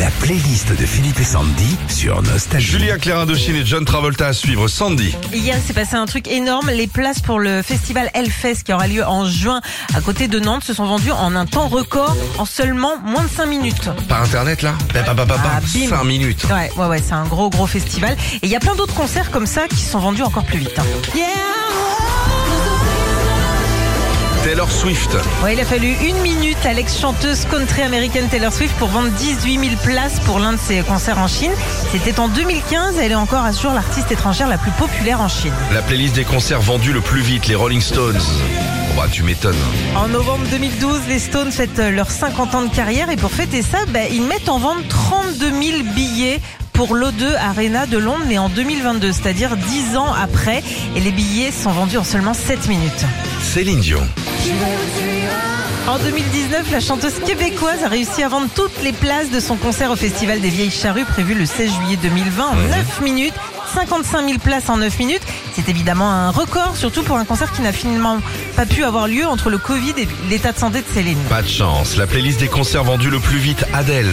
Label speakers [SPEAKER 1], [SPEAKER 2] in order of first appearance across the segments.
[SPEAKER 1] La playlist de Philippe et Sandy sur Nostalgie.
[SPEAKER 2] Julien Clérin de Chine et John Travolta à suivre. Sandy.
[SPEAKER 3] Hier, s'est passé un truc énorme. Les places pour le festival Hellfest qui aura lieu en juin à côté de Nantes se sont vendues en un temps record, en seulement moins de 5 minutes.
[SPEAKER 2] Par internet là Eh, Pa, pa, pa, pa, pa.
[SPEAKER 3] Ah, bim.
[SPEAKER 2] 5 minutes.
[SPEAKER 3] Ouais, ouais, ouais, c'est un gros, gros festival. Et il y a plein d'autres concerts comme ça qui se sont vendus encore plus vite. hein.
[SPEAKER 2] Taylor Swift.
[SPEAKER 3] Ouais, il a fallu une minute à l'ex-chanteuse country américaine Taylor Swift pour vendre 18 000 places pour l'un de ses concerts en Chine. C'était en 2015. Elle est encore à ce jour l'artiste étrangère la plus populaire en Chine.
[SPEAKER 2] La playlist des concerts vendus le plus vite, les Rolling Stones. Bon, bah tu m'étonnes.
[SPEAKER 3] En novembre 2012, les Stones fêtent euh, leurs 50 ans de carrière et pour fêter ça, bah, ils mettent en vente 32 000 billets pour l'O2 Arena de Londres, mais en 2022, c'est-à-dire 10 ans après. Et les billets sont vendus en seulement 7 minutes.
[SPEAKER 2] Céline Dion.
[SPEAKER 3] En 2019, la chanteuse québécoise a réussi à vendre toutes les places de son concert au Festival des Vieilles Charrues prévu le 16 juillet 2020 en 9 minutes. 55 000 places en 9 minutes. C'est évidemment un record, surtout pour un concert qui n'a finalement pas pu avoir lieu entre le Covid et l'état de santé de Céline.
[SPEAKER 2] Pas de chance. La playlist des concerts vendus le plus vite, Adèle.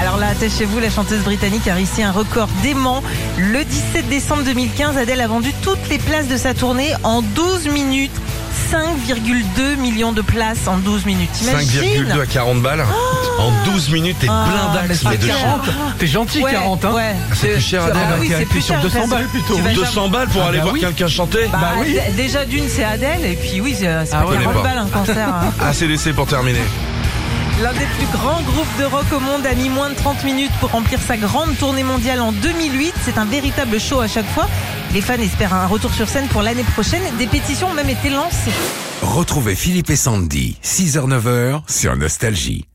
[SPEAKER 3] Alors là, attachez-vous, la chanteuse britannique a réussi un record dément. Le 17 décembre 2015, Adele a vendu toutes les places de sa tournée en 12 minutes. 5,2 millions de places en 12 minutes. Imagine Oh.
[SPEAKER 2] 5,2 à 40 balles. en 12 minutes, t'es plein
[SPEAKER 3] Ah, mais
[SPEAKER 2] d'axes,
[SPEAKER 3] c'est
[SPEAKER 2] mais de
[SPEAKER 3] clair.
[SPEAKER 2] chien.
[SPEAKER 4] T'es gentil,
[SPEAKER 3] Ouais,
[SPEAKER 4] 40, hein
[SPEAKER 3] ouais.
[SPEAKER 2] C'est plus cher,
[SPEAKER 3] Ah
[SPEAKER 2] Adèle.
[SPEAKER 3] oui,
[SPEAKER 4] qui a
[SPEAKER 3] c'est
[SPEAKER 4] appuie
[SPEAKER 3] plus
[SPEAKER 4] sur
[SPEAKER 3] cher,
[SPEAKER 4] 200
[SPEAKER 3] ça,
[SPEAKER 4] balles, plutôt.
[SPEAKER 3] tu vas
[SPEAKER 2] 200 balles pour
[SPEAKER 4] Ah,
[SPEAKER 2] aller
[SPEAKER 4] bah
[SPEAKER 2] voir
[SPEAKER 4] oui.
[SPEAKER 2] quelqu'un chanter
[SPEAKER 3] Bah,
[SPEAKER 4] Bah oui.
[SPEAKER 3] d- Déjà d'une, c'est Adèle, et puis oui, c'est c'est
[SPEAKER 4] Ah
[SPEAKER 3] pas
[SPEAKER 4] ouais,
[SPEAKER 3] 40
[SPEAKER 2] connais pas.
[SPEAKER 3] balles un concert. hein.
[SPEAKER 2] ACDC Ah, pour terminer.
[SPEAKER 3] L'un des plus grands groupes de rock au monde a mis moins de 30 minutes pour remplir sa grande tournée mondiale en 2008. C'est un véritable show à chaque fois. Les fans espèrent un retour sur scène pour l'année prochaine. Des pétitions ont même été lancées.
[SPEAKER 1] Retrouvez Philippe et Sandy, 6h-9h sur Nostalgie.